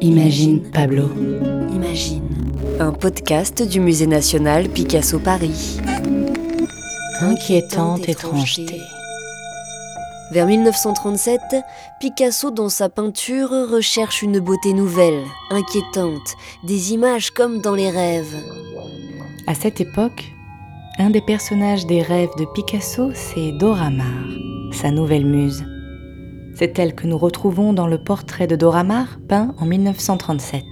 Imagine Pablo. Imagine. Un podcast du Musée national Picasso Paris. Inquiétante étrangeté. Vers 1937, Picasso, dans sa peinture, recherche une beauté nouvelle, inquiétante, des images comme dans les rêves. À cette époque, un des personnages des rêves de Picasso, c'est Dora Maar, sa nouvelle muse. C'est elle que nous retrouvons dans le portrait de Dora Maar, peint en 1937.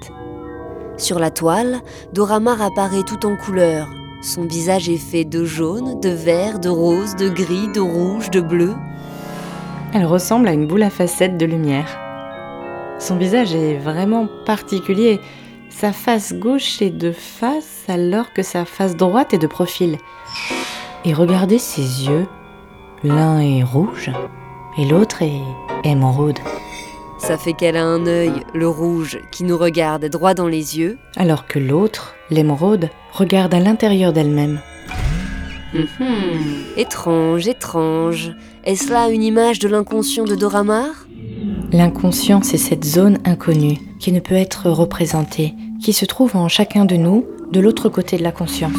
Sur la toile, Dora Maar apparaît tout en couleurs. Son visage est fait de jaune, de vert, de rose, de gris, de rouge, de bleu. Elle ressemble à une boule à facettes de lumière. Son visage est vraiment particulier. Sa face gauche est de face alors que sa face droite est de profil. Et regardez ses yeux. L'un est rouge et l'autre est émeraude. Ça fait qu'elle a un œil, le rouge, qui nous regarde droit dans les yeux. Alors que l'autre, l'émeraude, regarde à l'intérieur d'elle-même. Mhm. Étrange, étrange. Est-ce là une image de l'inconscient de Dora Maar L'inconscient, c'est cette zone inconnue qui ne peut être représentée, qui se trouve en chacun de nous, de l'autre côté de la conscience.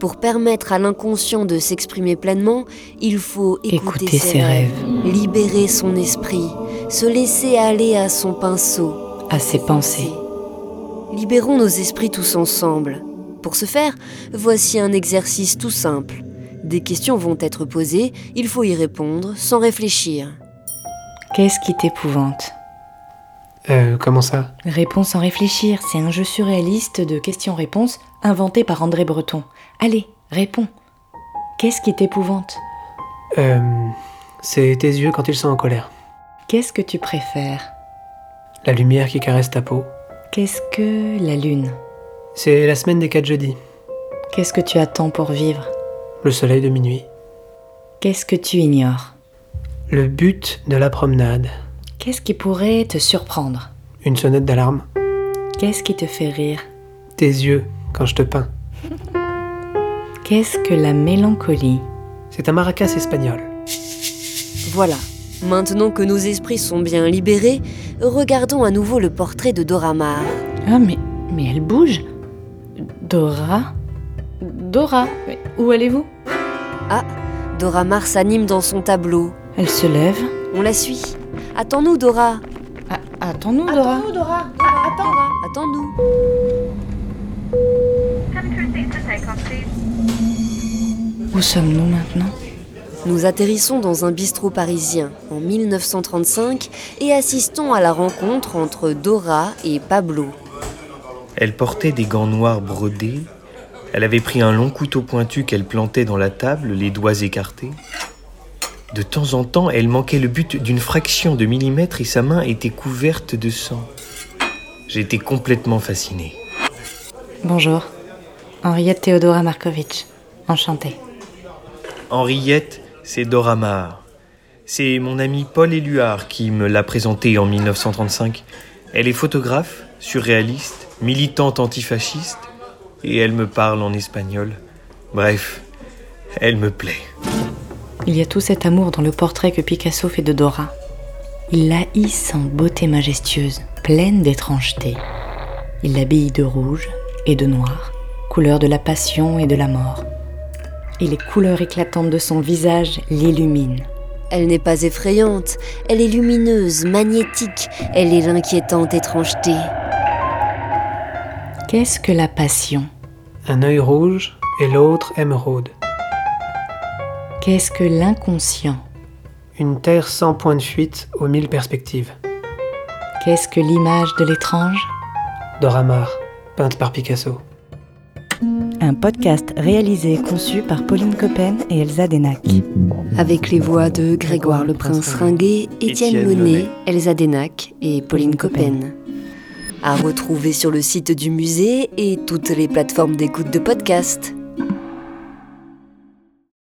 Pour permettre à l'inconscient de s'exprimer pleinement, il faut écouter, Écouter ses rêves, libérer son esprit, se laisser aller à son pinceau. à ses pensées. Libérons nos esprits tous ensemble. Pour ce faire, voici un exercice tout simple. Des questions vont être posées, il faut y répondre sans réfléchir. Qu'est-ce qui t'épouvante Euh, comment ça Réponse sans réfléchir, c'est un jeu surréaliste de questions-réponses inventé par André Breton. Allez, réponds. Qu'est-ce qui t'épouvante euh, C'est tes yeux quand ils sont en colère. Qu'est-ce que tu préfères La lumière qui caresse ta peau. Qu'est-ce que la lune C'est la semaine des 4 jeudis. Qu'est-ce que tu attends pour vivre Le soleil de minuit. Qu'est-ce que tu ignores Le but de la promenade. Qu'est-ce qui pourrait te surprendre Une sonnette d'alarme. Qu'est-ce qui te fait rire Tes yeux quand je te peins. Qu'est-ce que la mélancolie C'est un maracas espagnol. Voilà. Maintenant que nos esprits sont bien libérés, regardons à nouveau le portrait de Dora Maar. Ah mais, mais elle bouge Dora Dora, mais où allez-vous Dora Maar s'anime dans son tableau. Elle se lève. On la suit. Attends-nous, Dora. Ah, Attends-nous Dora. Dora, attends-nous. Où sommes-nous maintenant Nous atterrissons dans un bistrot parisien en 1935 et assistons à la rencontre entre Dora et Pablo. Elle portait des gants noirs brodés. Elle avait pris un long couteau pointu qu'elle plantait dans la table, les doigts écartés. De temps en temps, elle manquait le but d'une fraction de millimètre et sa main était couverte de sang. J'étais complètement fasciné. Bonjour. Henriette Théodora Markovitch. Enchantée. Henriette, c'est Dora Maar. C'est mon ami Paul Éluard qui me l'a présentée en 1935. Elle est photographe, surréaliste, militante antifasciste et elle me parle en espagnol. Bref, elle me plaît. Il y a tout cet amour dans le portrait que Picasso fait de Dora. Il la hisse en beauté majestueuse, pleine d'étrangeté. Il l'habille de rouge et de noir, couleur de la passion et de la mort. Et les couleurs éclatantes de son visage l'illuminent. Elle n'est pas effrayante, elle est lumineuse, magnétique, elle est l'inquiétante étrangeté. Qu'est-ce que la passion Un œil rouge et l'autre émeraude. Qu'est-ce que l'inconscient Une terre sans point de fuite aux mille perspectives. Qu'est-ce que l'image de l'étrange Dora Maar, peinte par Picasso. Un podcast réalisé et conçu par Pauline Coppen et Elsa Denac. Avec les voix de Grégoire le Prince Ringuet, Étienne Étienne Monet, Monet, Elsa Denac et Pauline Coppen. À retrouver sur le site du musée et toutes les plateformes d'écoute de podcasts.